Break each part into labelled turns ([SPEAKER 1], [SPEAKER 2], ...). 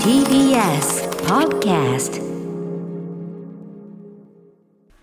[SPEAKER 1] TBS Podcast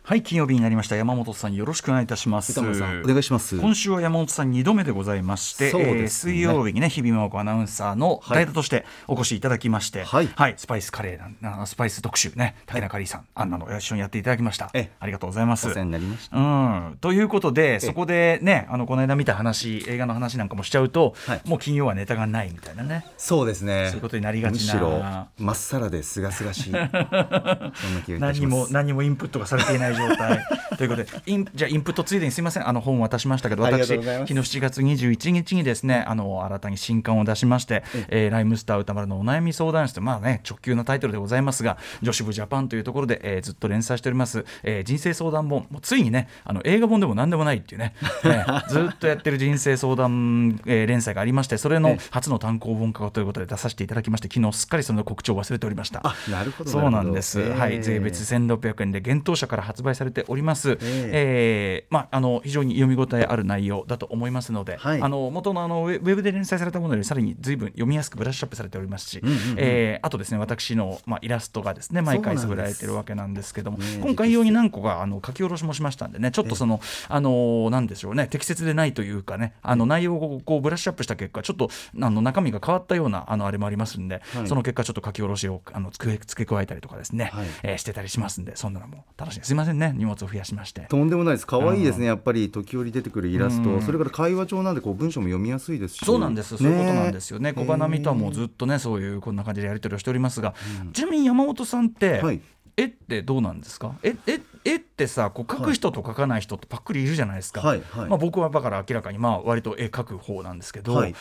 [SPEAKER 2] はい金曜日になりました山本さんよろしくお願いいたします
[SPEAKER 3] 歌丸さんお願いします
[SPEAKER 2] 今週は山本さん2度目でございまして、
[SPEAKER 3] そうですね
[SPEAKER 2] えー水曜日にね日比真央子アナウンサーの
[SPEAKER 3] はい
[SPEAKER 2] 代打としてお越しいただきまして、
[SPEAKER 3] はい
[SPEAKER 2] スパイスカレーなんあスパイス特集ね竹中里さん、あんなの一緒にやっていただきました
[SPEAKER 3] ええ
[SPEAKER 2] ありがとうございます
[SPEAKER 3] お世話になりまし
[SPEAKER 2] うん、ということでそこでねあのこの間見た話映画の話なんかもしちゃうと、
[SPEAKER 3] はい
[SPEAKER 2] もう金曜はネタがないみたいなね
[SPEAKER 3] そうですね
[SPEAKER 2] そういうことになりがちな
[SPEAKER 3] むしろまっさらですがす がしいそんな気がいた
[SPEAKER 2] 何
[SPEAKER 3] し
[SPEAKER 2] に
[SPEAKER 3] ま
[SPEAKER 2] も
[SPEAKER 3] す
[SPEAKER 2] 何にもインプットがされていない状 態ということでインじゃあインプットついでにすみませんあの本を渡しましたけど
[SPEAKER 3] ありが
[SPEAKER 2] 私
[SPEAKER 3] とう
[SPEAKER 2] 昨
[SPEAKER 3] ご
[SPEAKER 2] 日
[SPEAKER 3] ざいます
[SPEAKER 2] 7月21日にですねあの新たに新刊を出しまして「えーライムスター歌丸のお悩み相談室」とまあね直球なタイトルでございますが「女子部ジャパン」というところで、えーずっと連載しております、えー人生相談本もうついにねあの映画本でも何でもないっていう ねねずっとやってる人生相談、えー連載がありましてそれの初の単行本化ということで出させていただきまして昨日すっかりその告知を忘れておりました。
[SPEAKER 3] あなるほど
[SPEAKER 2] そうなんです、
[SPEAKER 3] なるほど
[SPEAKER 2] は
[SPEAKER 3] え
[SPEAKER 2] い、
[SPEAKER 3] ー
[SPEAKER 2] 税別1600円で現当社から発売されております、え
[SPEAKER 3] え
[SPEAKER 2] ーまあ、あの非常に読み応えある内容だと思いますので、
[SPEAKER 3] はい
[SPEAKER 2] あの元のあのウェウェブで連載されたものよりさらに随分読みやすくブラッシュアップされておりますし、えーあとですね私の、まあ、イラストがですね毎回
[SPEAKER 3] そう
[SPEAKER 2] 作
[SPEAKER 3] なんです
[SPEAKER 2] られてるわけなんですけども、
[SPEAKER 3] ねえ
[SPEAKER 2] 今回用に何個かあの書き下ろしもしましたんでねちょっとその、あのーなんでしょうね適切でないというかねあの内容をこうブラッシュアップした結果ちょっとあの中身が変わったようなあのあれもありますんで、
[SPEAKER 3] はい
[SPEAKER 2] その結果ちょっと書き下ろしをあの付け付け加えたりとかですね、
[SPEAKER 3] はい
[SPEAKER 2] えーしてたりしますんでそんなのも楽しみすいませんね荷物を増やしまして。
[SPEAKER 3] とんでもないです可愛いですねやっぱり時折出てくるイラストそれから会話帳なんでこう文章も読みやすいですし
[SPEAKER 2] そうなんです、そういうことなんですよね、
[SPEAKER 3] え
[SPEAKER 2] 小花見とはもうずっとね、そういうこんな感じでやり取りをしておりますが、ちなみに山本さんって、
[SPEAKER 3] はい
[SPEAKER 2] 絵ってどうなんですか絵絵絵ってさ、こう描く人と描かない人ってパックリいるじゃないですか、
[SPEAKER 3] はいはい
[SPEAKER 2] まあ、僕はだから明らかに、まあ割と絵描く方なんですけど、
[SPEAKER 3] はい、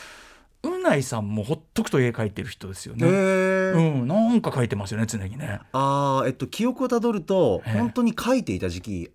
[SPEAKER 2] うないさんもほっとくと絵描いてる人ですよ
[SPEAKER 3] え
[SPEAKER 2] ね。
[SPEAKER 3] ー
[SPEAKER 2] うん、なんか描いてますよね、常にね。
[SPEAKER 3] あーえっと記憶をたどると
[SPEAKER 2] ええ
[SPEAKER 3] 本当に書いていた時期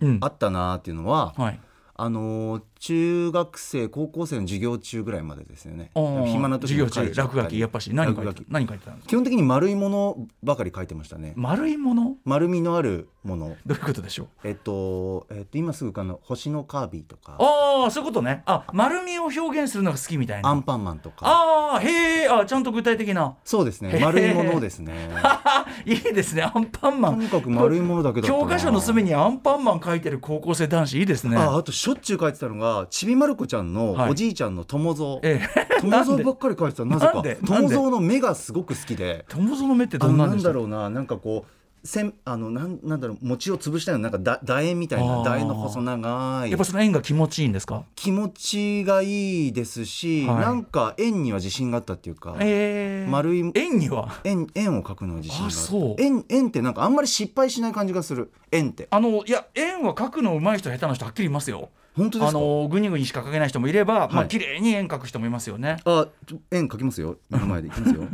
[SPEAKER 2] うん
[SPEAKER 3] あったなーっていうのは、
[SPEAKER 2] はい
[SPEAKER 3] あのー中学生高校生の授業中ぐらいまでですよね
[SPEAKER 2] あー
[SPEAKER 3] 暇な時
[SPEAKER 2] 授業中、落書き、やっぱし、何
[SPEAKER 3] 書
[SPEAKER 2] 書いて何書いてたんですか
[SPEAKER 3] 基本的に丸いものばかり書いてましたね、
[SPEAKER 2] 丸いもの
[SPEAKER 3] 丸みのあるもの
[SPEAKER 2] どういうことでしょう
[SPEAKER 3] えっと、えっと、今すぐかの星のカービィとか
[SPEAKER 2] ああ、そういうことね。あ、丸みを表現するのが好きみたいな。
[SPEAKER 3] アンパンマンとか
[SPEAKER 2] ああへえあちゃんと具体的な
[SPEAKER 3] そうです
[SPEAKER 2] へ
[SPEAKER 3] ね
[SPEAKER 2] ー
[SPEAKER 3] 丸いものです ね
[SPEAKER 2] あいいですねアンパンマ
[SPEAKER 3] とに
[SPEAKER 2] ン
[SPEAKER 3] かく丸いものだけだったな
[SPEAKER 2] 教科書の隅にアンパンマン書いてる高校生男子いいですね
[SPEAKER 3] ああとしょっちゅう書いてたのがちびまる子ちゃんの
[SPEAKER 2] はい
[SPEAKER 3] おじいちゃんの友蔵、
[SPEAKER 2] ええ
[SPEAKER 3] 友
[SPEAKER 2] なんで
[SPEAKER 3] 蔵ばっかり書いてたなぜ
[SPEAKER 2] な
[SPEAKER 3] か
[SPEAKER 2] んでなん
[SPEAKER 3] 友
[SPEAKER 2] で
[SPEAKER 3] 蔵の目がすごく好きで
[SPEAKER 2] 友蔵の目って
[SPEAKER 3] あ
[SPEAKER 2] ど
[SPEAKER 3] の
[SPEAKER 2] んな
[SPEAKER 3] なん
[SPEAKER 2] で
[SPEAKER 3] ん
[SPEAKER 2] した
[SPEAKER 3] だろうななんかこうせんあのなんなんだろう餅を潰したようななんかだ楕円みたい
[SPEAKER 2] あー
[SPEAKER 3] な楕円の細長い
[SPEAKER 2] やっぱその縁が気持ちいいんですか
[SPEAKER 3] 気持ちがいいですし、
[SPEAKER 2] はい
[SPEAKER 3] なんか円には自信があったっていうか、
[SPEAKER 2] ええ
[SPEAKER 3] 丸い
[SPEAKER 2] 縁には
[SPEAKER 3] 円円を描くのは自信があ
[SPEAKER 2] あそう
[SPEAKER 3] った円円ってなんかあんまり失敗しない感じがする円って
[SPEAKER 2] あのいや円は描くの上手い人下手な人はっきりいますよ
[SPEAKER 3] 本当で
[SPEAKER 2] あ
[SPEAKER 3] すか
[SPEAKER 2] のぐにぐにしか描けない人もいれば、まあ
[SPEAKER 3] はい
[SPEAKER 2] 綺麗に円描く人もいますよね
[SPEAKER 3] あちょ円描きますよ目の前でいき ますよ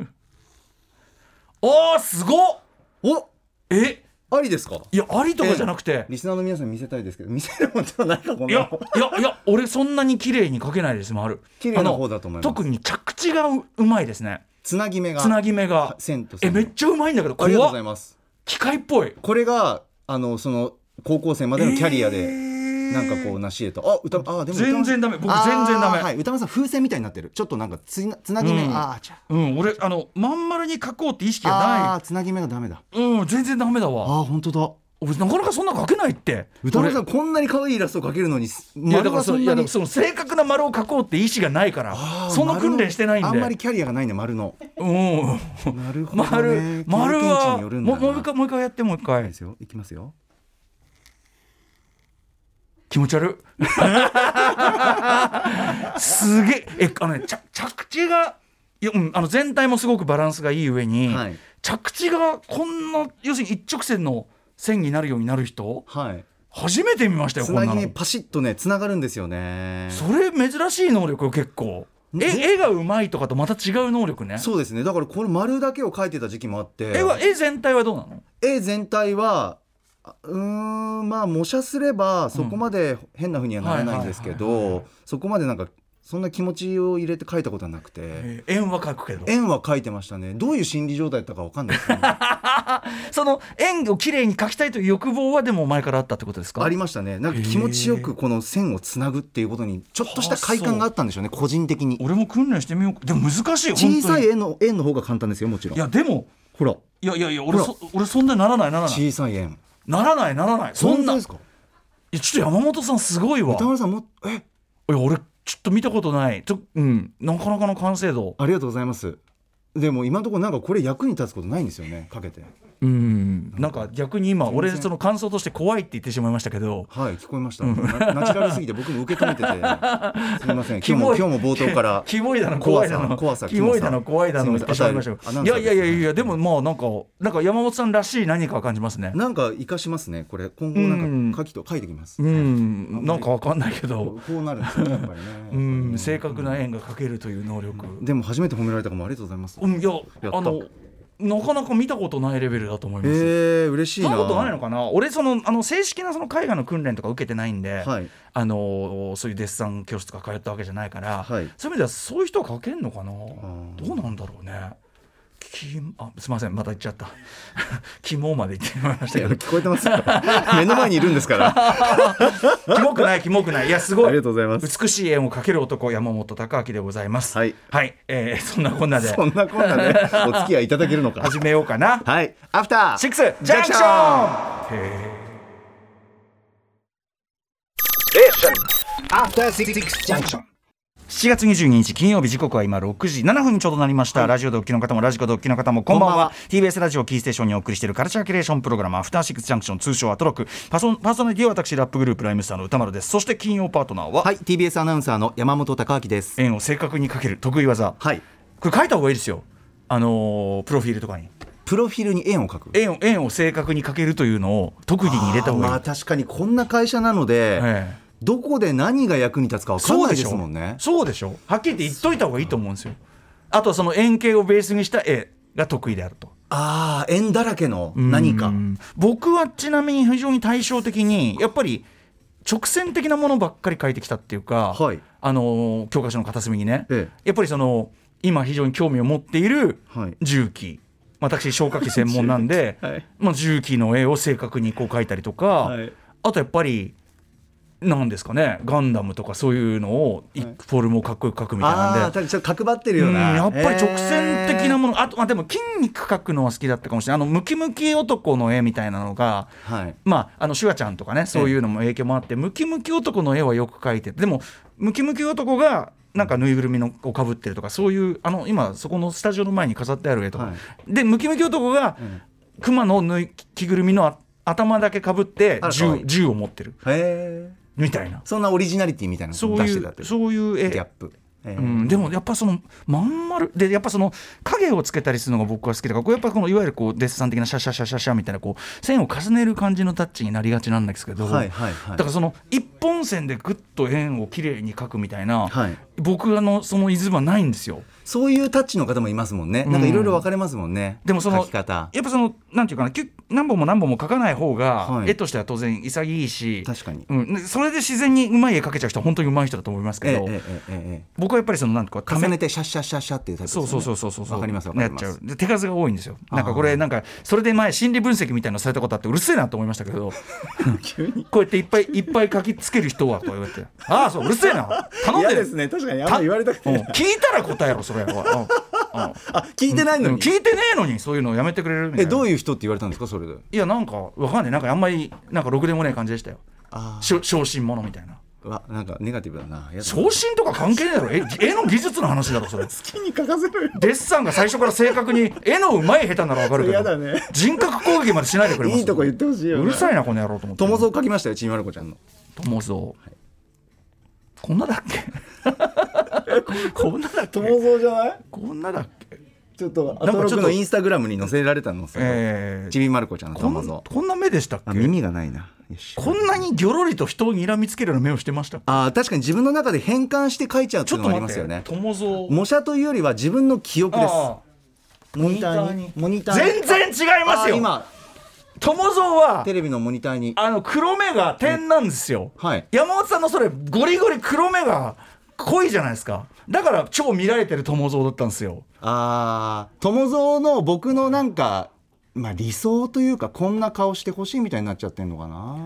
[SPEAKER 2] あーすごっ
[SPEAKER 3] お
[SPEAKER 2] え
[SPEAKER 3] ありですか
[SPEAKER 2] いやありとかじゃなくて
[SPEAKER 3] リスナーの皆さんに見せたいですけど見せるもんじゃないかこ
[SPEAKER 2] い
[SPEAKER 3] の
[SPEAKER 2] やいやいや俺そんなに綺麗に描けないですもある
[SPEAKER 3] 綺麗な方だと思います
[SPEAKER 2] あの特に着地がううまいですね
[SPEAKER 3] つなぎ目が
[SPEAKER 2] つなぎ目が
[SPEAKER 3] 線と線
[SPEAKER 2] え
[SPEAKER 3] の
[SPEAKER 2] めっちゃうまいんだけど
[SPEAKER 3] ありがとうご
[SPEAKER 2] 怖
[SPEAKER 3] ざい
[SPEAKER 2] っ
[SPEAKER 3] ます
[SPEAKER 2] 機械っぽい
[SPEAKER 3] これがあのその高校生までのキャリアで、なんかこう
[SPEAKER 2] う
[SPEAKER 3] なしえとあ歌あでも歌丸
[SPEAKER 2] 全然ダメ僕全然ダメ
[SPEAKER 3] あーはい歌丸さん風船みたいになってるちょっとなんかつなつなぎ目、
[SPEAKER 2] うん
[SPEAKER 3] あーちゃ
[SPEAKER 2] うん俺あのまん丸に書こうって意識
[SPEAKER 3] あ
[SPEAKER 2] が
[SPEAKER 3] ーつなぎ目がダメだ
[SPEAKER 2] ないうん全然ダメだわ
[SPEAKER 3] あー本当だ
[SPEAKER 2] 俺なかなかそんな書けないって
[SPEAKER 3] 歌丸さん
[SPEAKER 2] 俺
[SPEAKER 3] こんなに可愛いイラストを描けるのに
[SPEAKER 2] いやだ
[SPEAKER 3] 丸
[SPEAKER 2] から
[SPEAKER 3] が
[SPEAKER 2] そ
[SPEAKER 3] そ
[SPEAKER 2] の
[SPEAKER 3] ん
[SPEAKER 2] いや
[SPEAKER 3] な
[SPEAKER 2] で
[SPEAKER 3] に
[SPEAKER 2] もその正確な丸を書こうって意思がないから
[SPEAKER 3] あー
[SPEAKER 2] その訓練してないんで
[SPEAKER 3] 丸のあんまりキャリアがないね 丸の
[SPEAKER 2] うん
[SPEAKER 3] なるほど、ね、
[SPEAKER 2] 丸丸
[SPEAKER 3] 経験値
[SPEAKER 2] は
[SPEAKER 3] によるんだ
[SPEAKER 2] も
[SPEAKER 3] な
[SPEAKER 2] うもう一回もう一回やってもう一
[SPEAKER 3] いい
[SPEAKER 2] 回
[SPEAKER 3] ですよいきますよ
[SPEAKER 2] 気持ち悪 いすげええあのね着着地がいや、うん、あの全体もすごくバランスがいい上に、
[SPEAKER 3] はい
[SPEAKER 2] 着地がこんな要するに一直線の線になるようになる人
[SPEAKER 3] はい
[SPEAKER 2] 初めて見ましたよこ
[SPEAKER 3] つ
[SPEAKER 2] ん
[SPEAKER 3] な
[SPEAKER 2] な
[SPEAKER 3] ぎ
[SPEAKER 2] の
[SPEAKER 3] 目パシッとねつながるんですよね
[SPEAKER 2] それ珍しい能力よ結構
[SPEAKER 3] ん
[SPEAKER 2] 絵絵がうまいとかとまた違う能力ね
[SPEAKER 3] そうですねだからこの丸だけを描いてた時期もあって
[SPEAKER 2] 絵は絵全体はどうなの
[SPEAKER 3] 絵全体はあうーんまあ模写すればそこまで変なふうにはならないんですけ
[SPEAKER 2] はいはいはい
[SPEAKER 3] どそこまでなんかそんな気持ちを入れて書いたことはなくて
[SPEAKER 2] えー円は書くけど
[SPEAKER 3] 円は書いてましたねどういう心理状態だったかわかんないですけど
[SPEAKER 2] その円をきれいに書きたいという欲望はでも前からあったってことですか
[SPEAKER 3] ありましたねなんか気持ちよくこの線をつなぐっていうことにちょっとした快感があったんでしょうね個人的に
[SPEAKER 2] 俺も訓練してみようかでも難しい
[SPEAKER 3] 小さ
[SPEAKER 2] 本当に
[SPEAKER 3] い円の円の方が簡単ですよもちろん
[SPEAKER 2] いやでも
[SPEAKER 3] ほら
[SPEAKER 2] いやいやいや俺
[SPEAKER 3] ほら
[SPEAKER 2] そ俺そんなにならないならない
[SPEAKER 3] 小さい円
[SPEAKER 2] ならないならないそんな
[SPEAKER 3] 本当
[SPEAKER 2] い
[SPEAKER 3] ですか
[SPEAKER 2] やちょっと山本さんすごいわ
[SPEAKER 3] 歌丸さんもえ
[SPEAKER 2] いや俺ちょっと見たことないちょ、うん、なかなかの完成度
[SPEAKER 3] ありがとうございますでも今のところなんかこれ役に立つことないんですよねかけて
[SPEAKER 2] うんなんか逆に今
[SPEAKER 3] 全然
[SPEAKER 2] 俺その感想として怖いって言ってしまいましたけど
[SPEAKER 3] はい聞こえました、なナチュラルすぎて僕も受け止め ててすみません今日も
[SPEAKER 2] キモ
[SPEAKER 3] 今日も冒頭から
[SPEAKER 2] キモいだの怖いだ
[SPEAKER 3] 怖さ
[SPEAKER 2] の
[SPEAKER 3] 怖さ
[SPEAKER 2] キモいだの
[SPEAKER 3] キモさ
[SPEAKER 2] 怖いだの言ってしまいまし
[SPEAKER 3] すいません
[SPEAKER 2] た
[SPEAKER 3] あ
[SPEAKER 2] いやいやいやい
[SPEAKER 3] アナウンサーです
[SPEAKER 2] や
[SPEAKER 3] ね
[SPEAKER 2] でもまあなんかなんか山本さんらしい何かを感じますね
[SPEAKER 3] なんか生かしますねこれ今後
[SPEAKER 2] うん
[SPEAKER 3] なんか書きと書いてきます、
[SPEAKER 2] うんなんかわかんないけ
[SPEAKER 3] こ
[SPEAKER 2] ど
[SPEAKER 3] うこうなるんですよねやっぱりね
[SPEAKER 2] うん正確な円が描けるという能力
[SPEAKER 3] でも初めて褒められたかもありがとうございます、
[SPEAKER 2] うんいや
[SPEAKER 3] た
[SPEAKER 2] あのなかなか見たことないレベルだと思います
[SPEAKER 3] えー、嬉しい
[SPEAKER 2] そ
[SPEAKER 3] なん
[SPEAKER 2] なことないのかな俺そのあの正式なその絵画の訓練とか受けてないんで、
[SPEAKER 3] はい
[SPEAKER 2] あのそういうデッサン教室とか通ったわけじゃないから、
[SPEAKER 3] はい
[SPEAKER 2] そういう意味ではそういう人は描けんのかな
[SPEAKER 3] ー
[SPEAKER 2] どうなんだろうねきあすみませんまた言っちゃった 肝まで言ってしまいましたけ
[SPEAKER 3] いや
[SPEAKER 2] ど
[SPEAKER 3] 聞こえてますよ 目の前にいるんですか らあ
[SPEAKER 2] キモくないキモくないいやすご
[SPEAKER 3] り
[SPEAKER 2] い
[SPEAKER 3] がとうございます
[SPEAKER 2] 美しい円を描ける男山本隆明でございます
[SPEAKER 3] はい、
[SPEAKER 2] えーそんなこんなで
[SPEAKER 3] そんなこんなでお付き合いいただける のか
[SPEAKER 2] 始めようかな
[SPEAKER 3] はいアフター
[SPEAKER 2] シックスジャンクション7月22日金曜日時刻は今6時7分ちょうどなりました、ラジオでお聞きの方もラジコでお聞きの方もこんばんは
[SPEAKER 3] こんばんは
[SPEAKER 2] TBS ラジオキーステーションにお送りしているカルチャーキュレーションプログラム「アフターシックスジャンクション」通称アトロクパソパーソナリティは私ラップグループライムスターの歌丸ですそして金曜パートナーは、
[SPEAKER 3] はい TBS アナウンサーの山本貴明です
[SPEAKER 2] 円を正確にかける得意技
[SPEAKER 3] はい
[SPEAKER 2] これ書いた方がいいですよあのープロフィールとかに
[SPEAKER 3] プロフィールに円を書く
[SPEAKER 2] 円を円を正確にかけるというのを特技に入れた方がいい
[SPEAKER 3] あーまあ確かにこんな会社なので、
[SPEAKER 2] ええ
[SPEAKER 3] どこで何が役に立つか分かんないですもんね
[SPEAKER 2] そうでしょはっきり言って言っといた方がいいと思うんですよあとはその円形をベースにした絵が得意であると
[SPEAKER 3] ああ円だらけの何か
[SPEAKER 2] うん僕はちなみに非常に対照的にやっぱり直線的なものばっかり書いてきたっていうか、
[SPEAKER 3] はい
[SPEAKER 2] あのー教科書の片隅にね、
[SPEAKER 3] ええ
[SPEAKER 2] やっぱりその今非常に興味を持っている
[SPEAKER 3] はい
[SPEAKER 2] 重機、私消火器専門なんで
[SPEAKER 3] 重機はい
[SPEAKER 2] まあ、重機の絵を正確にこう描いたりとか、
[SPEAKER 3] はい
[SPEAKER 2] あとやっぱりなんですかねガンダムとかそういうのをいフォルムをかっこよく描くみたいなんで
[SPEAKER 3] ああ。ーちょっと角張ってる
[SPEAKER 2] う
[SPEAKER 3] よ
[SPEAKER 2] ん、
[SPEAKER 3] うな、
[SPEAKER 2] やっぱり直線的な
[SPEAKER 3] も
[SPEAKER 2] もの、あと、まあ、でも筋肉描くのは好きだったかもしれないあのムキムキ男の絵みたいなのが、
[SPEAKER 3] の、はい、
[SPEAKER 2] まあ、あのシュワちゃんとかねそういうのも影響もあって、ムキムキ男の絵はよく描いててでもムキムキ男がなんかぬいぐるみのをかぶってるとかそういうあの今そこのスタジオの前に飾ってある絵とか、
[SPEAKER 3] は
[SPEAKER 2] でムキムキ男が、熊のぬい着ぐるみのあ頭だけかぶって
[SPEAKER 3] あら可
[SPEAKER 2] 銃
[SPEAKER 3] 愛い
[SPEAKER 2] 銃を持ってる
[SPEAKER 3] へえ
[SPEAKER 2] みたいな
[SPEAKER 3] そんなオリジナリティみたいなの
[SPEAKER 2] そ
[SPEAKER 3] を
[SPEAKER 2] う
[SPEAKER 3] 出
[SPEAKER 2] い
[SPEAKER 3] してたっ
[SPEAKER 2] う
[SPEAKER 3] て
[SPEAKER 2] そういう絵
[SPEAKER 3] ギャップ、えー
[SPEAKER 2] うん、でもやっぱそのまん丸でやっぱその影をつけたりするのが僕は好きだからこれやっぱこのいわゆるこうデッサン的なシャシャシャシャシャみたいなこう線を重ねる感じのタッチになりがちなんですけど、
[SPEAKER 3] はいはいはい
[SPEAKER 2] だからその一本線でぐっと円をきれいに描くみたいな、
[SPEAKER 3] はい
[SPEAKER 2] 僕あのそのイズムはないんですよ。
[SPEAKER 3] そういうタッチの方もいますもんねなんかいろいろ分かれますもんね、
[SPEAKER 2] でもその
[SPEAKER 3] 書き方
[SPEAKER 2] やっぱそのなんていうかなきゅ何本も何本も描かない方が、
[SPEAKER 3] はい
[SPEAKER 2] 絵としては当然潔いし
[SPEAKER 3] 確かに
[SPEAKER 2] うん、でそれで自然にうまい絵描けちゃう人は本当にうまい人だと思います
[SPEAKER 3] え
[SPEAKER 2] け
[SPEAKER 3] え
[SPEAKER 2] ど、
[SPEAKER 3] えええええ
[SPEAKER 2] 僕はやっぱりそのなんか
[SPEAKER 3] え重ねてシャッシャッシャッシャッっていうタイプ
[SPEAKER 2] そ
[SPEAKER 3] ですよ
[SPEAKER 2] う
[SPEAKER 3] ね
[SPEAKER 2] そうそうそうそうそう
[SPEAKER 3] わかりますわかります
[SPEAKER 2] やっちゃうで手数が多いんですよなんかこれなんかそれで前心理分析みたいなのされたことあってうるせえなと思いましたけど
[SPEAKER 3] 急に
[SPEAKER 2] こうやっていっぱいいっぱい書きつける人はこう言われてああそううるせえな頼んで
[SPEAKER 3] 嫌ですね確かにあん
[SPEAKER 2] た
[SPEAKER 3] ま言われたくて
[SPEAKER 2] うん
[SPEAKER 3] ない
[SPEAKER 2] 聞いたら答えろそれはうんうん
[SPEAKER 3] あ聞いてないの
[SPEAKER 2] う ん
[SPEAKER 3] に
[SPEAKER 2] 聞いてねえのにそういうのやめてくれるみたい
[SPEAKER 3] え
[SPEAKER 2] な
[SPEAKER 3] どう
[SPEAKER 2] い
[SPEAKER 3] いう人って言われたんですかそれで
[SPEAKER 2] やなんかわかんないなんかあんまりなんかろくでもねえ感じでしたよ
[SPEAKER 3] あ
[SPEAKER 2] しょ小心者みたいな
[SPEAKER 3] あわなんかネガティブだなやだ
[SPEAKER 2] 小心とか関係ねえだろえ絵の技術の話だろ それ
[SPEAKER 3] 好きに書かせろよ
[SPEAKER 2] デッサンが最初から正確 に絵のうまい下手ならわかるけど
[SPEAKER 3] それやだね
[SPEAKER 2] 人格攻撃までしないでくれます
[SPEAKER 3] いいとこ言ってほしいよな
[SPEAKER 2] うるさいなこの野郎と思って
[SPEAKER 3] 友蔵書きましたよちびまる子ちゃんの
[SPEAKER 2] 友蔵、こんなだっ けこんなだっけ
[SPEAKER 3] 蔵じゃない
[SPEAKER 2] こんなだっけ
[SPEAKER 3] ちょっと
[SPEAKER 2] アト
[SPEAKER 3] アト
[SPEAKER 2] ロ
[SPEAKER 3] ロ
[SPEAKER 2] ク
[SPEAKER 3] ク
[SPEAKER 2] の
[SPEAKER 3] の
[SPEAKER 2] イ
[SPEAKER 3] インスタグラムに載せられたのそ
[SPEAKER 2] ええ
[SPEAKER 3] れちびまる子ちゃんの
[SPEAKER 2] こ
[SPEAKER 3] 友蔵
[SPEAKER 2] んこんな目でしたっ
[SPEAKER 3] あ
[SPEAKER 2] け
[SPEAKER 3] 耳がないなよし
[SPEAKER 2] こんなにギョロリと人を睨みつけるような目をしてました
[SPEAKER 3] あー確かに自分の中で変換して書いちゃうって
[SPEAKER 2] ち
[SPEAKER 3] い
[SPEAKER 2] ょ
[SPEAKER 3] う
[SPEAKER 2] っ
[SPEAKER 3] の
[SPEAKER 2] と
[SPEAKER 3] もあり
[SPEAKER 2] 待っ
[SPEAKER 3] ます
[SPEAKER 2] て
[SPEAKER 3] よね
[SPEAKER 2] 友蔵
[SPEAKER 3] 模写というよりは自分の記憶です
[SPEAKER 2] あ
[SPEAKER 3] モニターに
[SPEAKER 2] モ
[SPEAKER 3] モニタ
[SPEAKER 2] あ
[SPEAKER 3] ーに
[SPEAKER 2] 全然違います
[SPEAKER 3] あー
[SPEAKER 2] よ
[SPEAKER 3] 今
[SPEAKER 2] 友蔵は
[SPEAKER 3] テレビのモニターに
[SPEAKER 2] あの黒目が点なんですよ、
[SPEAKER 3] はい
[SPEAKER 2] 山本さんのそれゴリゴリ黒目が濃いじゃないですかだから超見られてる友蔵だったんですよ
[SPEAKER 3] あー友蔵の僕のなんか、まあ、理想というかこんな顔してほしいみたいになっちゃってんのかな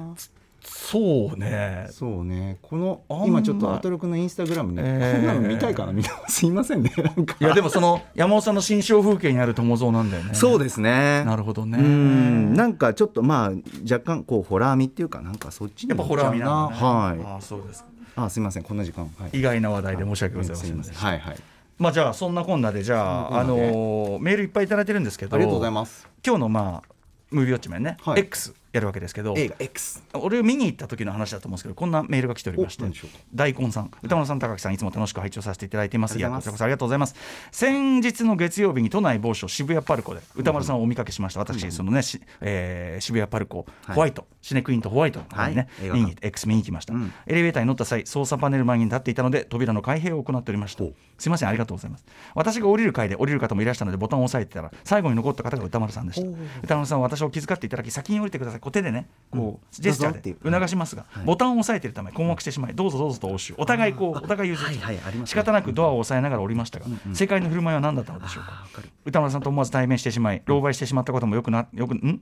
[SPEAKER 2] そうね
[SPEAKER 3] そうねこの
[SPEAKER 2] あんま
[SPEAKER 3] 今ちょっとアトロクのインスタグラムに、
[SPEAKER 2] えー
[SPEAKER 3] こんなの見たいかなみたいなすいませんねなんか
[SPEAKER 2] いやでもその山本さんの心象風景にある友蔵なんだよね
[SPEAKER 3] そう
[SPEAKER 2] で
[SPEAKER 3] ですね
[SPEAKER 2] なるほどね
[SPEAKER 3] うんなんかちょっとまあ若干こうホラー味っていうかなんかそっちに
[SPEAKER 2] やっぱホラー見なんだね
[SPEAKER 3] はい
[SPEAKER 2] ああそうです
[SPEAKER 3] あすいませんこんな時間はい
[SPEAKER 2] 意外な話題で申し訳ございませんでした
[SPEAKER 3] はいはい
[SPEAKER 2] まあじゃあそんなこんなでじゃあ、あ
[SPEAKER 3] そんなこんなで
[SPEAKER 2] のーメールいっぱいいただいてるんですけど
[SPEAKER 3] ありがとうございます
[SPEAKER 2] 今日のまあムービーウォッチメンね、
[SPEAKER 3] はい
[SPEAKER 2] X やるわけですけど
[SPEAKER 3] 映画 X
[SPEAKER 2] 俺を見に行った時の話だと思うんですけどこんなメールが来ておりまして
[SPEAKER 3] お何でしょうか
[SPEAKER 2] 大根さん歌丸さん高木さんいつも楽しく拝聴させていただいていますい
[SPEAKER 3] あり
[SPEAKER 2] や
[SPEAKER 3] がとう
[SPEAKER 2] こ
[SPEAKER 3] ご
[SPEAKER 2] ちらこ
[SPEAKER 3] ざいます
[SPEAKER 2] そありがとうございます先日の月曜日に都内某所渋谷パルコで歌丸さんをお見かけしました私そのね、しえー渋谷パルコ
[SPEAKER 3] はい
[SPEAKER 2] ホワイト、シネクイーンとホワイトの方にね、
[SPEAKER 3] はい映画
[SPEAKER 2] 見
[SPEAKER 3] 館
[SPEAKER 2] に X 見に行きました、
[SPEAKER 3] うん
[SPEAKER 2] エレベーターに乗った際操作パネル前に立っていたので扉の開閉を行っておりましたすいませんありがとうございます私が降りる階で降りる方もいらしたのでボタンを押さえてたら最後に残った方が歌丸さんでした歌丸さんは私を気遣っていただき先に降りてくださいこう手でねこう、ジェスチャ
[SPEAKER 3] どうぞっ
[SPEAKER 2] ー
[SPEAKER 3] てい
[SPEAKER 2] で
[SPEAKER 3] う
[SPEAKER 2] 促しますが、ボタンを押さえているため困惑してしまい、どうぞどうぞと応酬お互いこうお互い譲って、
[SPEAKER 3] はいはいありますね
[SPEAKER 2] 仕方なくドアを押さえながら降りましたが、正解の振る舞いは何だったのでしょうか歌丸さんと思わず対面してしまい狼狽してしまったこともよくなよくん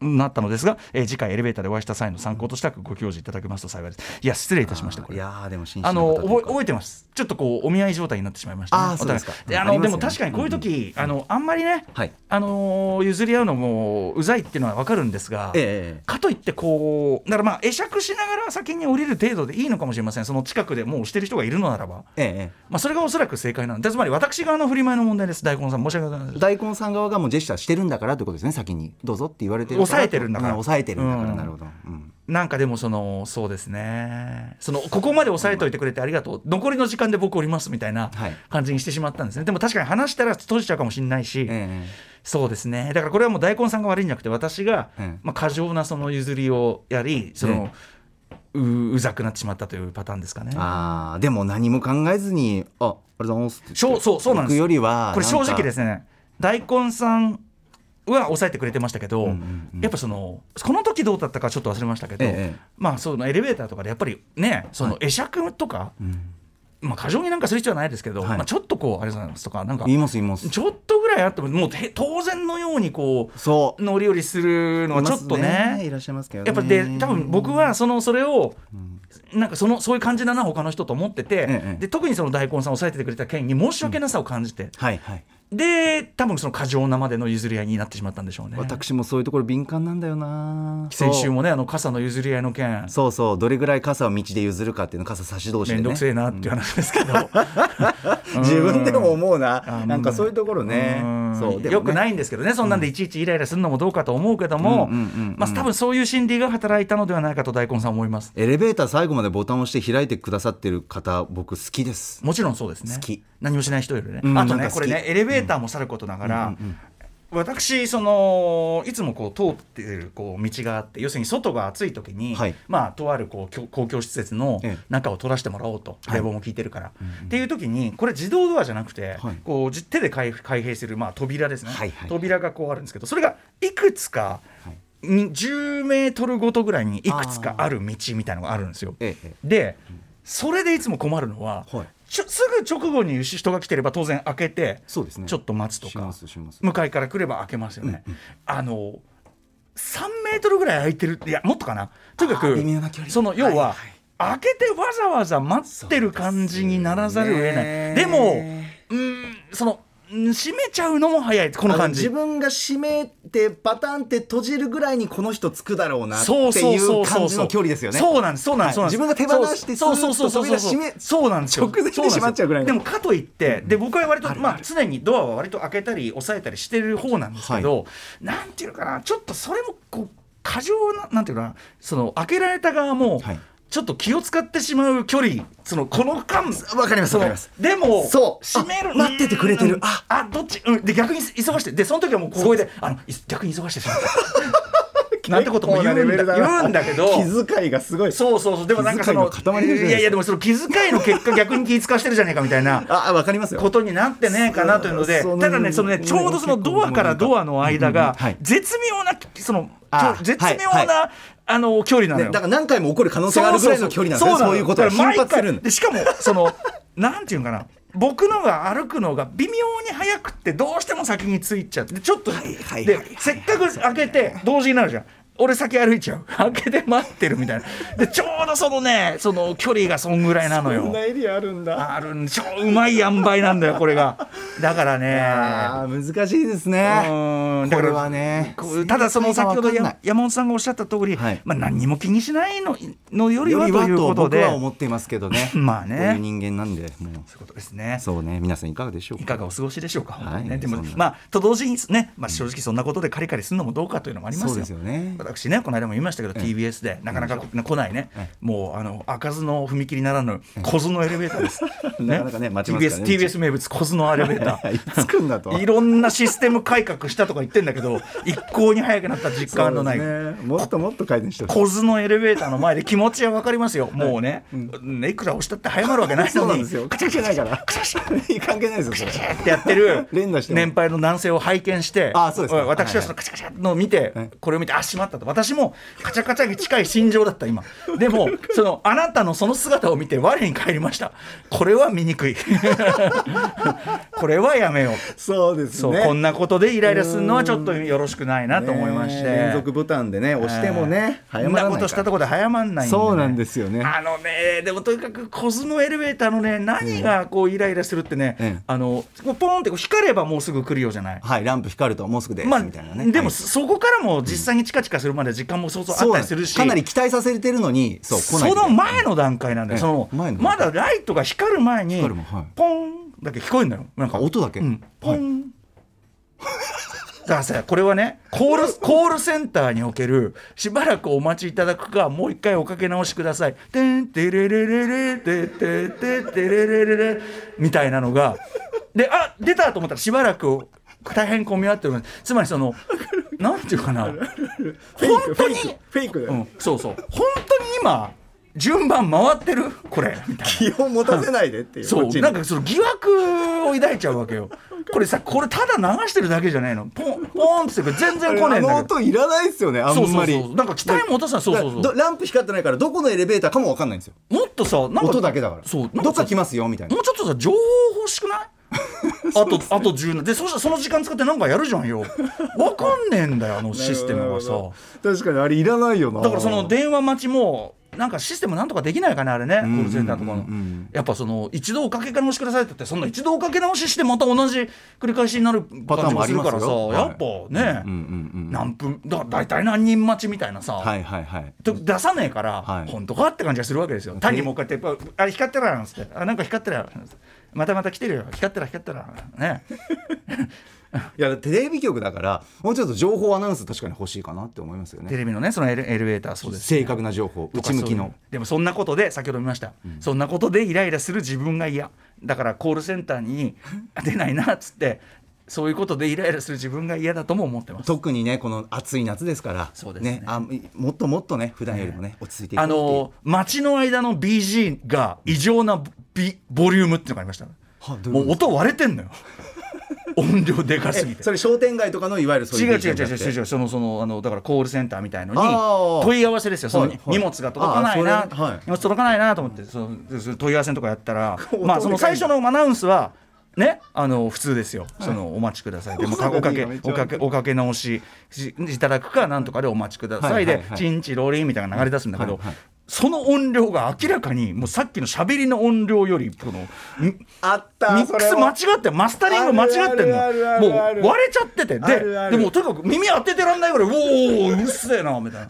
[SPEAKER 2] なったのですが、えー次回エレベーターでお会いした際の参考としてはご教示いただけますと幸いですいや失礼いたしましたこ
[SPEAKER 3] い
[SPEAKER 2] れ
[SPEAKER 3] やーでも真摯
[SPEAKER 2] あ
[SPEAKER 3] な方
[SPEAKER 2] の
[SPEAKER 3] という
[SPEAKER 2] 覚え
[SPEAKER 3] か
[SPEAKER 2] 覚えてますちょっとこうお見合い状態になってしまいました、
[SPEAKER 3] あー
[SPEAKER 2] お互い
[SPEAKER 3] そうですか
[SPEAKER 2] であ
[SPEAKER 3] あ
[SPEAKER 2] の
[SPEAKER 3] ります
[SPEAKER 2] で
[SPEAKER 3] よね
[SPEAKER 2] も確かにこういう時、あのあんまりね、
[SPEAKER 3] はい
[SPEAKER 2] あのー譲り合うのもうざいっていうのは分かるんですが、
[SPEAKER 3] ええ
[SPEAKER 2] かといってこうだからまあ会釈しながら先に降りる程度でいいのかもしれませんその近くでもう押してる人がいるのならば、
[SPEAKER 3] えええ
[SPEAKER 2] まあ、それがおそらく正解なんでつまり私側の振り舞いの問題です大根さん申し訳ございませ
[SPEAKER 3] え
[SPEAKER 2] ん
[SPEAKER 3] 大根さん側がもうジェスチャーしてるんだからということですね先にどうぞって言われてる
[SPEAKER 2] 抑えてるんだから
[SPEAKER 3] う抑えてるんだから、
[SPEAKER 2] うん
[SPEAKER 3] なるほど、うん
[SPEAKER 2] なんかでもそのそうですねそのここまで押さえておいてくれてありがとう、残りの時間で僕降りますみたいな
[SPEAKER 3] はい
[SPEAKER 2] 感じにしてしまったんですね、でも確かに話したら閉じちゃうかもしれないし、
[SPEAKER 3] え
[SPEAKER 2] そうですねだからこれはもう大根さんが悪いんじゃなくて私が、
[SPEAKER 3] うん
[SPEAKER 2] まあ、過剰なその譲りをやりその、ううざくなってしまったというパターンですかね
[SPEAKER 3] え。あーでも何も考えずにあありがとうございますって言って
[SPEAKER 2] そうそうそうなんです
[SPEAKER 3] 行くよりは
[SPEAKER 2] これ正直ですすね大根さんは抑えてくれてましたけど、
[SPEAKER 3] んうんうん
[SPEAKER 2] やっぱそのこの時どうだったかちょっと忘れましたけど、
[SPEAKER 3] ええ
[SPEAKER 2] まあそのエレベーターとかでやっぱりねその会釈とか、
[SPEAKER 3] ん
[SPEAKER 2] まあ過剰になんかする必要はないですけど、
[SPEAKER 3] はい
[SPEAKER 2] まあちょっとこうあれなんですとかなんか
[SPEAKER 3] 言います言います
[SPEAKER 2] ちょっとぐらいあってももうて当然のようにこう
[SPEAKER 3] そう
[SPEAKER 2] 乗り降りするのはちょっと
[SPEAKER 3] います
[SPEAKER 2] ね
[SPEAKER 3] いらっしゃいますけどね
[SPEAKER 2] やっぱで多分僕はそのそれを、なんかそのそういう感じだな他の人と思ってて、
[SPEAKER 3] ええ
[SPEAKER 2] で特にその大根さんを抑えててくれた件に申し訳なさを感じて、
[SPEAKER 3] はいはい
[SPEAKER 2] で多分その過剰なまでの譲り合いになってしまったんでしょうね
[SPEAKER 3] 私もそういうところ敏感なんだよな
[SPEAKER 2] 先週もねあの傘の譲り合いの件
[SPEAKER 3] そうそうそうどれぐらい傘を道で譲るかっていうの傘差し通しで、ね、
[SPEAKER 2] 面倒くせえなっていう話ですけど、
[SPEAKER 3] 自分でも思う
[SPEAKER 2] あ
[SPEAKER 3] ななんかそういうところね
[SPEAKER 2] うん
[SPEAKER 3] そうでもね
[SPEAKER 2] よくないんですけどねそんなんでいちいちイライラするのもどうかと思うけども、
[SPEAKER 3] うんうんうんうん
[SPEAKER 2] まあ、多分そういう心理が働いたのではないかと大根さん思います
[SPEAKER 3] エレベーター最後までボタンを押して開いてくださってる方僕好きです
[SPEAKER 2] もちろんそうですね
[SPEAKER 3] 好き
[SPEAKER 2] 何もしない人よりね、
[SPEAKER 3] うん
[SPEAKER 2] あと
[SPEAKER 3] なん
[SPEAKER 2] ね
[SPEAKER 3] か
[SPEAKER 2] こ
[SPEAKER 3] 好き
[SPEAKER 2] れねエレベーターもさることながら、
[SPEAKER 3] うんうんうん
[SPEAKER 2] 私そのいつもこう通ってるこう道があって要するに外が暑い時に、
[SPEAKER 3] はい
[SPEAKER 2] まあ、とあるこうきょ公共施設の
[SPEAKER 3] ええ
[SPEAKER 2] 中を取らせてもらおうと、
[SPEAKER 3] はい
[SPEAKER 2] 冷房も効いてるから、っていう時にこれ自動ドアじゃなくて、
[SPEAKER 3] はい
[SPEAKER 2] こうじ手で開開閉する、まあ、扉ですね、
[SPEAKER 3] はいはい
[SPEAKER 2] 扉がこうあるんですけどそれがいくつか、
[SPEAKER 3] はい
[SPEAKER 2] に10メートルごとぐらいにいくつかある道みたいのがあるんですよ。
[SPEAKER 3] ええ
[SPEAKER 2] でそれでいつも困るのは、
[SPEAKER 3] はい
[SPEAKER 2] ちょすぐ直後に人が来てれば当然開けて
[SPEAKER 3] そうですね
[SPEAKER 2] ちょっと待つと
[SPEAKER 3] し
[SPEAKER 2] か
[SPEAKER 3] ますします
[SPEAKER 2] 向かいから来れば開けますよね。あの3メートルぐらい空いてるいやもっとかなとにか
[SPEAKER 3] あ
[SPEAKER 2] く
[SPEAKER 3] ー微妙な距離
[SPEAKER 2] その要は、
[SPEAKER 3] はい
[SPEAKER 2] 開けてわざわざ待ってる感じにならざるを得ないで,、
[SPEAKER 3] そうです
[SPEAKER 2] も
[SPEAKER 3] ね
[SPEAKER 2] うーんそのうん閉めちゃうのも早いこの
[SPEAKER 3] あの
[SPEAKER 2] 感
[SPEAKER 3] 自
[SPEAKER 2] じ
[SPEAKER 3] 分が閉めてパタンって閉じるぐらいにこの人つくだろうなって
[SPEAKER 2] そうそ
[SPEAKER 3] いう
[SPEAKER 2] そううそ
[SPEAKER 3] 感
[SPEAKER 2] う
[SPEAKER 3] じ
[SPEAKER 2] そ
[SPEAKER 3] の
[SPEAKER 2] う
[SPEAKER 3] 距離ですよね
[SPEAKER 2] そうなんですそうなんです、
[SPEAKER 3] はい
[SPEAKER 2] そうなんです
[SPEAKER 3] 自分が手放して
[SPEAKER 2] そうそうそう
[SPEAKER 3] スー
[SPEAKER 2] そう
[SPEAKER 3] ッと扉閉め
[SPEAKER 2] そうなんですよ
[SPEAKER 3] 直前に閉まっちゃうぐらいの
[SPEAKER 2] そうなんですよでもかといってで僕は割とまあ常にドアは割と開けたり押さえたりしてる方なんですけど、なんていうかなちょっとそれもこう過剰ななんていうかなその開けられた側も、
[SPEAKER 3] はい
[SPEAKER 2] ちょっと気を使ってしまう距離そのこの間
[SPEAKER 3] わかります
[SPEAKER 2] そ
[SPEAKER 3] わか
[SPEAKER 2] の
[SPEAKER 3] ります
[SPEAKER 2] でも
[SPEAKER 3] そう
[SPEAKER 2] 閉める
[SPEAKER 3] あ待っててくれて
[SPEAKER 2] う
[SPEAKER 3] る
[SPEAKER 2] ん
[SPEAKER 3] あ
[SPEAKER 2] あどっち、うん、で逆に忙してでその時はもう小声であのい逆に忙してしまったなんてことも言うんだ
[SPEAKER 3] 結構なレベルな
[SPEAKER 2] 言うんだけど
[SPEAKER 3] 気遣いがすごい
[SPEAKER 2] そうそうそうでもなんかその
[SPEAKER 3] 気遣いの塊ですね
[SPEAKER 2] いやいやでもその気遣いの結果逆に気遣わしてるじゃねえかみたいな
[SPEAKER 3] あわかりますよ
[SPEAKER 2] ことになってねえかなというので
[SPEAKER 3] そう
[SPEAKER 2] ただねそのね
[SPEAKER 3] うん
[SPEAKER 2] ちょうどそのドアからドアの間
[SPEAKER 3] うんう
[SPEAKER 2] が
[SPEAKER 3] んはい
[SPEAKER 2] 絶妙なその
[SPEAKER 3] あ
[SPEAKER 2] 絶
[SPEAKER 3] はい
[SPEAKER 2] 妙
[SPEAKER 3] は
[SPEAKER 2] なあの距離なの
[SPEAKER 3] ね
[SPEAKER 2] よ
[SPEAKER 3] だから何回も起こる可能性があるぐらいの距離なんですねそういうことが
[SPEAKER 2] だから毎
[SPEAKER 3] 頻発する
[SPEAKER 2] 回
[SPEAKER 3] ん
[SPEAKER 2] で
[SPEAKER 3] で
[SPEAKER 2] しかもそのなんていうのかな僕のが歩くのが微妙に早くってどうしても先についちゃってちょっと
[SPEAKER 3] いはい
[SPEAKER 2] で
[SPEAKER 3] はいはい
[SPEAKER 2] せっかく開けて同時になるじゃん。俺先歩いちゃう開けて待ってるみたいなでちょうどそのねその距離がそんぐらいなのよ
[SPEAKER 3] こんなエリアあるんだ
[SPEAKER 2] あるん超うまい塩梅なんだよこれがだからね
[SPEAKER 3] あー難しいです
[SPEAKER 2] う
[SPEAKER 3] ね
[SPEAKER 2] ーんだ
[SPEAKER 3] こ
[SPEAKER 2] から
[SPEAKER 3] れはね
[SPEAKER 2] こうただその先ほど
[SPEAKER 3] 正解がわ
[SPEAKER 2] や
[SPEAKER 3] かんない
[SPEAKER 2] 山本さんがおっしゃった通り、
[SPEAKER 3] はい
[SPEAKER 2] まあ何にも気にしないののより
[SPEAKER 3] よ
[SPEAKER 2] は
[SPEAKER 3] り
[SPEAKER 2] と
[SPEAKER 3] は
[SPEAKER 2] いう
[SPEAKER 3] と
[SPEAKER 2] こと
[SPEAKER 3] 僕
[SPEAKER 2] で
[SPEAKER 3] は思っていますけどね
[SPEAKER 2] まあね
[SPEAKER 3] こういう人間なんでもう
[SPEAKER 2] そういうことですね。
[SPEAKER 3] そうね皆さんいかがでしょう
[SPEAKER 2] い
[SPEAKER 3] か
[SPEAKER 2] かがお過ごしでしょうか、
[SPEAKER 3] はい
[SPEAKER 2] 本当にね、でも
[SPEAKER 3] そんな、
[SPEAKER 2] まあ、と同時にね、まあ、正直そんなことでカリカリするのもどうかというのもありますよ。
[SPEAKER 3] そうですよね
[SPEAKER 2] 私ね、この間も言いましたけど、TBS でなかなか来ないね、もうあの開かずの踏切ならぬ、小津のエレベーターです。
[SPEAKER 3] なかなかね待ちますか
[SPEAKER 2] TBS,
[SPEAKER 3] らね
[SPEAKER 2] TBS 名物、小津のエレベータ
[SPEAKER 3] い
[SPEAKER 2] ー。
[SPEAKER 3] つ来んだと
[SPEAKER 2] いろんなシステム改革したとか言ってんだけ ど、一向に早くなった実感のない。
[SPEAKER 3] そうですねもっともっと改善してほしい
[SPEAKER 2] 小津のエレベーターの前で気持ちは分かりますよ、もうね、ねいくら押したって早まるわけない
[SPEAKER 3] そう
[SPEAKER 2] の
[SPEAKER 3] なん
[SPEAKER 2] に、
[SPEAKER 3] ですよ関係ないから関係ないですよそれ
[SPEAKER 2] ってやってる
[SPEAKER 3] 連打しても
[SPEAKER 2] 年配の男性を拝見して
[SPEAKER 3] あそうですか
[SPEAKER 2] おい私はそのカチャカチャのを見て、
[SPEAKER 3] はい
[SPEAKER 2] これを見てあしまったと私もカチャカチャに近い心情だった今で もそのあなたのその姿を見て我に返りましたこれは醜い これはやめよう
[SPEAKER 3] そうです
[SPEAKER 2] そう、
[SPEAKER 3] ね
[SPEAKER 2] こんなことでイライラするのはちょっとよろしくないなと思いまして、
[SPEAKER 3] ね連続ボタンでね押してもね
[SPEAKER 2] そ
[SPEAKER 3] 早
[SPEAKER 2] ん
[SPEAKER 3] ま
[SPEAKER 2] な
[SPEAKER 3] ら
[SPEAKER 2] こ
[SPEAKER 3] ない
[SPEAKER 2] としたところで早まんないだ
[SPEAKER 3] そうなんですよね
[SPEAKER 2] あのねでもとにかくコズのエレベーターのね何がこうイライラするってね、
[SPEAKER 3] ええ
[SPEAKER 2] あのこうポーンってこう光ればもうすぐ来るようじゃない。
[SPEAKER 3] はいランプ光るともうすぐです
[SPEAKER 2] まあ
[SPEAKER 3] みたいなね
[SPEAKER 2] でも
[SPEAKER 3] はい
[SPEAKER 2] そこからも実際にチカチカするまで時間も相当あったりするし、
[SPEAKER 3] そうなんですかなり期待させてるのにそう来ない
[SPEAKER 2] その前の段階なんだよ、
[SPEAKER 3] ええ
[SPEAKER 2] その
[SPEAKER 3] 前の
[SPEAKER 2] まだライトが光る前に、
[SPEAKER 3] 光る前はい
[SPEAKER 2] ポンだけ聞こえるのよなんか
[SPEAKER 3] あ音だけ
[SPEAKER 2] うん、ポ
[SPEAKER 3] はい
[SPEAKER 2] ン、だからさこれはねコールコールセンターにおけるしばらくお待ちいただくかもう一回おかけ直しください「てんてれれれれててててれれれれ」みたいなのがであ出たと思ったらしばらく大変混み合ってるつまりそのなんていうかな本当に
[SPEAKER 3] フェイクだよ
[SPEAKER 2] うん、そうそう本当に今順番回ってるこれみたいな
[SPEAKER 3] 気を持たせないでっていう
[SPEAKER 2] そ
[SPEAKER 3] こっち
[SPEAKER 2] う
[SPEAKER 3] に
[SPEAKER 2] なんかその疑惑を抱いちゃうわ けよこれさこれただ流してるだけじゃないのポンポンって全然来ねえん
[SPEAKER 3] あの
[SPEAKER 2] だけど
[SPEAKER 3] 音いらないですよねあん
[SPEAKER 2] そうそ
[SPEAKER 3] ま
[SPEAKER 2] う
[SPEAKER 3] り
[SPEAKER 2] そうなんか期待も落とさないそうそうそ
[SPEAKER 3] だ
[SPEAKER 2] う
[SPEAKER 3] ランプ光ってないからどこのエレベーターかもわかんないんですよ
[SPEAKER 2] もっとさなんか
[SPEAKER 3] 音だけだから
[SPEAKER 2] そうなん
[SPEAKER 3] どっ
[SPEAKER 2] さ
[SPEAKER 3] か来ますよみたいな
[SPEAKER 2] もうちょっとさ情報欲しく ないあと、あと10年でそしたらその時間使ってなんかやるじゃんよわかんねえんだよあのシステムがさ
[SPEAKER 3] 確かにあれいらないよな
[SPEAKER 2] だからその電話待ちもなんかシステムなんとかできないかなあれねコ
[SPEAKER 3] ん
[SPEAKER 2] ールセンターとか
[SPEAKER 3] うん
[SPEAKER 2] の
[SPEAKER 3] うんうん
[SPEAKER 2] やっぱその一度おかけ直しくださいって言ってそんな一度おかけ直ししてまた同じ繰り返しになる
[SPEAKER 3] パタ
[SPEAKER 2] 感
[SPEAKER 3] ー
[SPEAKER 2] じ
[SPEAKER 3] ンも
[SPEAKER 2] も
[SPEAKER 3] あ
[SPEAKER 2] する
[SPEAKER 3] ります
[SPEAKER 2] か
[SPEAKER 3] よ
[SPEAKER 2] らさやっぱ
[SPEAKER 3] うん
[SPEAKER 2] ね
[SPEAKER 3] うんうん
[SPEAKER 2] 何分だから大体何人待ちみたいな
[SPEAKER 3] は
[SPEAKER 2] さ
[SPEAKER 3] いはいはい
[SPEAKER 2] と出さねえから
[SPEAKER 3] はい
[SPEAKER 2] 本当かって感じがするわけですよ単にもうこうやってやっぱあれ光ってるやんっつってあなんか光ってるやんまたまた来てるよ光ってる光ってるね
[SPEAKER 3] いやテレビ局だからもうちょっと情報アナウンス確かに欲しいかなって思いますよ
[SPEAKER 2] テ
[SPEAKER 3] ね
[SPEAKER 2] レビのねそのエレエレベーターそうです
[SPEAKER 3] 正確な情報内向きの
[SPEAKER 2] でもそんなことで先ほど見ました、そんなことでイライラする自分が嫌だからコールセンター に出ないなっつってそういうことでイライラする自分が嫌だとも思ってます。
[SPEAKER 3] 特にねこの暑い夏ですから
[SPEAKER 2] そうですね
[SPEAKER 3] あもっともっとね普段よりもね落ち着いていこう
[SPEAKER 2] あ
[SPEAKER 3] っていう
[SPEAKER 2] の街の間の BG が異常なビボリュームっていうのがありました、
[SPEAKER 3] はどうい
[SPEAKER 2] も
[SPEAKER 3] うこと
[SPEAKER 2] う音割れてん のよ音量でかすぎ
[SPEAKER 3] え
[SPEAKER 2] て
[SPEAKER 3] それ商店街とかのいわゆるそうい
[SPEAKER 2] 違
[SPEAKER 3] う
[SPEAKER 2] う違う違う違う違う
[SPEAKER 3] う
[SPEAKER 2] そのそのあのだからコールセンターみたいの
[SPEAKER 3] あー
[SPEAKER 2] に問い合わせですよその、
[SPEAKER 3] はいはい
[SPEAKER 2] 荷物が届かないな、
[SPEAKER 3] あーそれはい
[SPEAKER 2] 荷物届かないなと思ってそのその問い合わせのとかやった ら
[SPEAKER 3] 音
[SPEAKER 2] まあその
[SPEAKER 3] でか
[SPEAKER 2] 最
[SPEAKER 3] いんだ
[SPEAKER 2] 初のアナウンスはねあの普通ですよ、そのお待ちくださいでもか
[SPEAKER 3] 音
[SPEAKER 2] お
[SPEAKER 3] が
[SPEAKER 2] か
[SPEAKER 3] いい
[SPEAKER 2] け
[SPEAKER 3] よめっちゃ
[SPEAKER 2] おかけおかけ直ししいただくかなんとかでお待ちくださいで、
[SPEAKER 3] はいはいはい
[SPEAKER 2] チンチロリンみたいなのが流れ出すんだけど、
[SPEAKER 3] はいはい
[SPEAKER 2] その音量が明らかにもうさっきの喋りの音量よりこのん
[SPEAKER 3] あった
[SPEAKER 2] ミックス間違ってマスタリング間違ってんの
[SPEAKER 3] あるあるあ
[SPEAKER 2] もう
[SPEAKER 3] るある
[SPEAKER 2] 割れちゃっててで
[SPEAKER 3] あるある
[SPEAKER 2] でもとにかく耳当ててらんないぐらい「おおうるせえな」みたいな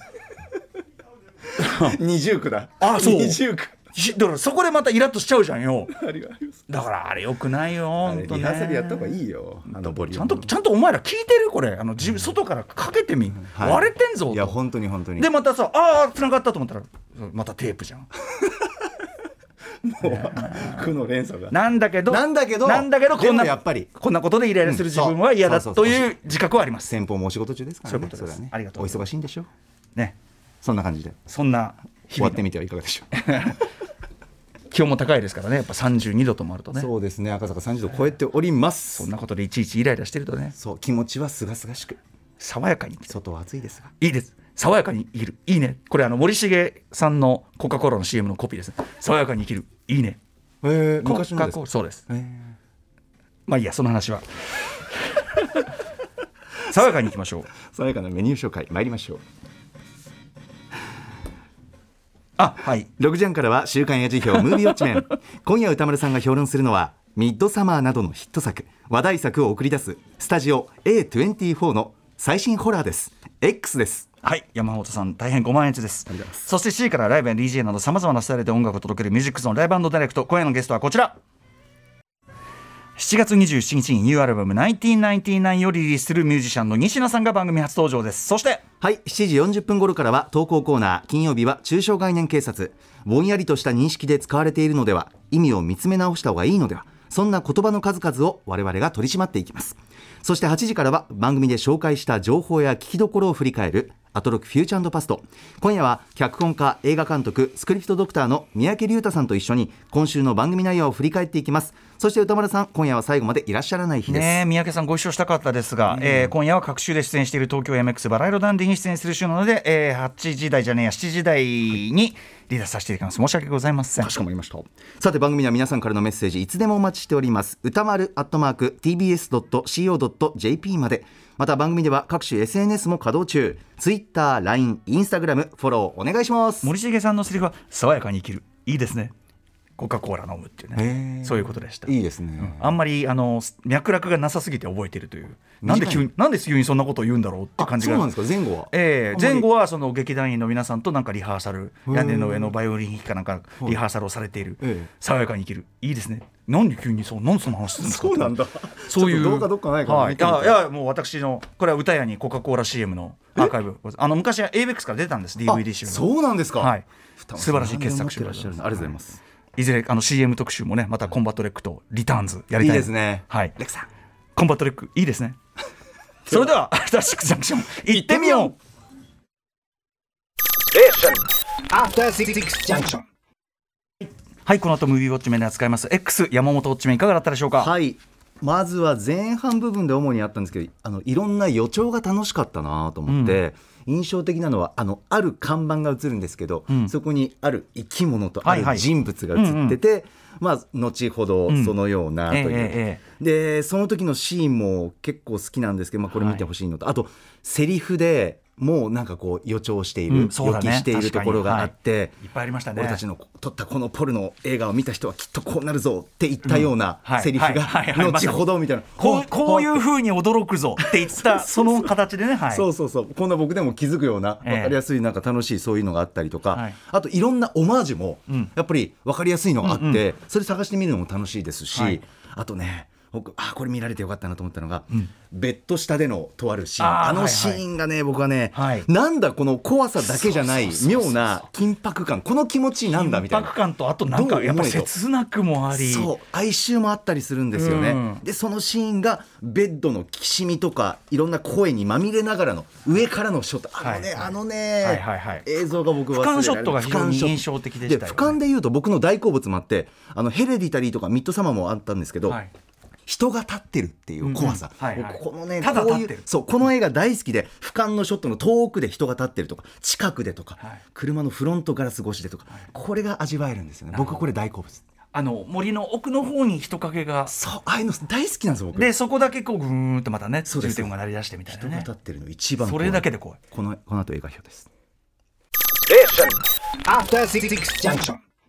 [SPEAKER 3] 二重苦だ
[SPEAKER 2] あそう
[SPEAKER 3] 二重苦
[SPEAKER 2] ひだからそこでまたイラッとしちゃうじゃんよ
[SPEAKER 3] ありがとうございます
[SPEAKER 2] だからあれよくないよ
[SPEAKER 3] あれ
[SPEAKER 2] 本当
[SPEAKER 3] リ
[SPEAKER 2] ね
[SPEAKER 3] ハーサルやった方がいいよあのボリュ
[SPEAKER 2] ち
[SPEAKER 3] ー
[SPEAKER 2] ゃ
[SPEAKER 3] ム
[SPEAKER 2] んとちゃんとお前ら聞いてるこれあの自分外からかけてみ、
[SPEAKER 3] はい
[SPEAKER 2] 割れてんぞ
[SPEAKER 3] いや本当に本当に
[SPEAKER 2] でまたさああ繋がったと思ったらまたテープじゃん
[SPEAKER 3] もう苦の連鎖が
[SPEAKER 2] なんだけど
[SPEAKER 3] なんだけど
[SPEAKER 2] なんだけどこん
[SPEAKER 3] で
[SPEAKER 2] な
[SPEAKER 3] もやっぱり
[SPEAKER 2] こんなことでイライラする自分は嫌
[SPEAKER 3] う
[SPEAKER 2] だ
[SPEAKER 3] んそう
[SPEAKER 2] と
[SPEAKER 3] そうそうそう
[SPEAKER 2] いう自覚はあります
[SPEAKER 3] 先方もお仕事中ですからね
[SPEAKER 2] そういうことです
[SPEAKER 3] れはね
[SPEAKER 2] ありがとうござい
[SPEAKER 3] お忙しいんでしょ
[SPEAKER 2] ね
[SPEAKER 3] そんな感じで
[SPEAKER 2] そんな日
[SPEAKER 3] 終
[SPEAKER 2] 々
[SPEAKER 3] わっ
[SPEAKER 2] の
[SPEAKER 3] てみてはいかがでしょう
[SPEAKER 2] 気温も高いですからねやっぱ32度ともあるとね
[SPEAKER 3] そうですね赤坂30度超えております
[SPEAKER 2] そんなことでいちいちイライラしてるとね
[SPEAKER 3] そう気持ちはすがすがしく
[SPEAKER 2] 爽やかに生きる
[SPEAKER 3] 外は暑いですが
[SPEAKER 2] いいです爽やかに生きるいいねこれあの森重さんのコカ・コーラの CM のコピーです爽やかに生きるいいね
[SPEAKER 3] えー、
[SPEAKER 2] 国
[SPEAKER 3] 昔の
[SPEAKER 2] 家
[SPEAKER 3] です
[SPEAKER 2] 公
[SPEAKER 3] か
[SPEAKER 2] そうです
[SPEAKER 3] えー
[SPEAKER 2] まあいいやその話は 爽やかにいきましょう
[SPEAKER 3] 爽やかなメニュー紹介参りましょう
[SPEAKER 2] あはい
[SPEAKER 3] 6時半からは週刊や辞表ムービーウォッチ メン今夜歌丸さんが評論するのはミッドサマーなどのヒット作話題作を送り出すスタジオ A24 の最新ホラーです X です
[SPEAKER 2] はい山本さん大変ご満悦です
[SPEAKER 3] りがとうございま
[SPEAKER 2] そして C からライブや DJ などさまざまなスタイルで音楽を届けるミュージックゾーンライブダイレクト今夜のゲストはこちら7月27日にニューアルバム1999をリリースするミュージシャンの西野さんが番組初登場ですそして
[SPEAKER 3] はい7時40分頃からは投稿コーナー金曜日は中小概念警察ぼんやりとした認識で使われているのでは意味を見つめ直した方がいいのではそんな言葉の数々を我々が取り締まっていきますそして8時からは番組で紹介した情報や聞きどころを振り返るアトロクフューチャーパスト今夜は脚本家映画監督スクリプトドクターの三宅龍太さんと一緒に今週の番組内容を振り返っていきますそして歌丸さん今夜は最後までいらっしゃらない日です、
[SPEAKER 2] ねえ三宅さんご一緒したかったですが、えー今夜は各週で出演している東京 MX バラ色ダンディに出演する週なので、えー8時台じゃねえや7時台に離脱させていただきます申し訳ございません
[SPEAKER 3] かしこまりましたさて番組では皆さんからのメッセージいつでもお待ちしております歌丸アットマーク tbs.co.jp までまた番組では各種 SNS も稼働中 TwitterLINE インスタグラムフォローお願いします
[SPEAKER 2] 森重さんのセリフは爽やかに生きるいいですねコカ・コーラ飲むっていう
[SPEAKER 3] へ
[SPEAKER 2] ね
[SPEAKER 3] え
[SPEAKER 2] そういうことでした
[SPEAKER 3] いいですね
[SPEAKER 2] うんあんまりあの脈絡がなさすぎて覚えてるというなんで急になんで急にそんなことを言うんだろうって
[SPEAKER 3] あ
[SPEAKER 2] 感じ
[SPEAKER 3] そう
[SPEAKER 2] が
[SPEAKER 3] なんですか前後は
[SPEAKER 2] ええ
[SPEAKER 3] あんまり
[SPEAKER 2] 前後はその劇団員の皆さんとなんかリハーサル
[SPEAKER 3] へえ
[SPEAKER 2] 屋根の上のバイオリン弾きかなんかリハーサルをされている、
[SPEAKER 3] ええ
[SPEAKER 2] 爽やかに生きるいいですねなんで急にそうなんでその話するんですか
[SPEAKER 3] そうなんだ
[SPEAKER 2] そういう
[SPEAKER 3] ちょっとどうかどうかないかな
[SPEAKER 2] はい、
[SPEAKER 3] 見
[SPEAKER 2] い
[SPEAKER 3] てみたい
[SPEAKER 2] やいやもう私のこれは歌屋にコカ・コーラ CM のアーカイブあの昔は ABEX から出たんです
[SPEAKER 3] あ
[SPEAKER 2] DVD 集が
[SPEAKER 3] そうなんですか
[SPEAKER 2] はい
[SPEAKER 3] 蓋を
[SPEAKER 2] 素晴らしい傑作集
[SPEAKER 3] 何年も持ってらっしゃるのありがとうございます
[SPEAKER 2] いずれあの CM 特集もねまたコンバットレックとリターンズやり
[SPEAKER 3] いい
[SPEAKER 2] たい
[SPEAKER 3] ですね
[SPEAKER 2] はい
[SPEAKER 3] レクさん
[SPEAKER 2] コンバットレックいいです ねそれで はアフターシックスジャンクション行ってみよう
[SPEAKER 4] After Six Junction.
[SPEAKER 2] はいこの後ムービーウォッチメンで扱います X 山本ウォッチメンいかがだったでしょうか、
[SPEAKER 3] はいまずは前半部分で主にあったんですけどあのいろんな予兆が楽しかったなと思って、印象的なのはあのある看板が映るんですけど、
[SPEAKER 2] ん
[SPEAKER 3] そこにある生き物とあ
[SPEAKER 2] はい
[SPEAKER 3] る
[SPEAKER 2] はい
[SPEAKER 3] 人物が映ってて、まあ、後ほど
[SPEAKER 2] ん
[SPEAKER 3] そのようなという、
[SPEAKER 2] えええ
[SPEAKER 3] でその時のシーンも結構好きなんですけど、まあ、これ見てほしいのと、あとセリフでもうなんかこう予兆している、
[SPEAKER 2] うんそうだね
[SPEAKER 3] 予期しているところがあって、
[SPEAKER 2] いっぱいありましたね
[SPEAKER 3] 俺たちの撮ったこのポルノ映画を見た人はきっとこうなるぞって言ったような
[SPEAKER 2] はい
[SPEAKER 3] セリフが
[SPEAKER 2] はいはいはい
[SPEAKER 3] 後ほどみたいな
[SPEAKER 2] こうこういう
[SPEAKER 3] う
[SPEAKER 2] ふうに驚くぞって言 ったその形でねはい
[SPEAKER 3] そうそうそうこんな僕でも気づくような
[SPEAKER 2] ええ
[SPEAKER 3] 分かりやすいなんか楽しいそういうのがあったりと
[SPEAKER 2] は
[SPEAKER 3] か
[SPEAKER 2] い
[SPEAKER 3] あといろんなオマージュも
[SPEAKER 2] ん
[SPEAKER 3] やっぱり分かりやすいのがあ
[SPEAKER 2] う
[SPEAKER 3] っ
[SPEAKER 2] んう
[SPEAKER 3] てそれ探してみるのも楽しいですし
[SPEAKER 2] はい
[SPEAKER 3] あとね僕あこれ見られてよかったなと思ったのが、ベッド下でのとあるシーン
[SPEAKER 2] あー
[SPEAKER 3] あ
[SPEAKER 2] はいは
[SPEAKER 3] の
[SPEAKER 2] い
[SPEAKER 3] シーンがね、僕はね、
[SPEAKER 2] はい
[SPEAKER 3] なんだこの怖さだけじゃない
[SPEAKER 2] そうそうそうそう
[SPEAKER 3] 妙な緊迫感この気持ちなんだみたい
[SPEAKER 2] 緊
[SPEAKER 3] な
[SPEAKER 2] 迫感とあとなんかやっぱ
[SPEAKER 3] どう思えと
[SPEAKER 2] 切なくもあり
[SPEAKER 3] そう哀愁もあったりするんですよね、
[SPEAKER 2] うん
[SPEAKER 3] でそのシーンがベッドのきしみとかいろんな声にまみれながらの上からのショットあのね、
[SPEAKER 2] はいはい
[SPEAKER 3] あのね、
[SPEAKER 2] はいはいはい
[SPEAKER 3] 映像が僕忘れられな
[SPEAKER 2] 俯瞰
[SPEAKER 3] い
[SPEAKER 2] ショットが非常に
[SPEAKER 3] 俯瞰ショット
[SPEAKER 2] 印象的でしたよね
[SPEAKER 3] で俯瞰で言うと僕の大好物もあってあのヘレディタリーとかミッドサマーもあったんですけど、
[SPEAKER 2] はい
[SPEAKER 3] 人が立ってるっていう怖さ、
[SPEAKER 2] うんうんはいはい
[SPEAKER 3] 僕このね
[SPEAKER 2] ただ
[SPEAKER 3] こういう
[SPEAKER 2] 立ってる
[SPEAKER 3] そうこの映画大好きで俯瞰のショットの遠くで人が立ってるとか近くでとか、
[SPEAKER 2] はい
[SPEAKER 3] 車のフロントガラス越しでとかこれが味わえるんですよね僕これ大好物
[SPEAKER 2] あの森の奥の方に人影が
[SPEAKER 3] そうああいうの大好きなんですよ僕
[SPEAKER 2] でそこだけこうぐーんとまたね重
[SPEAKER 3] そうです
[SPEAKER 2] 点が鳴り出してみたいな
[SPEAKER 3] 人が
[SPEAKER 2] ね
[SPEAKER 3] 立ってるの一番
[SPEAKER 2] そ
[SPEAKER 3] 怖い
[SPEAKER 2] れだけで怖い
[SPEAKER 3] このこの後映画表です
[SPEAKER 4] After Six Junction.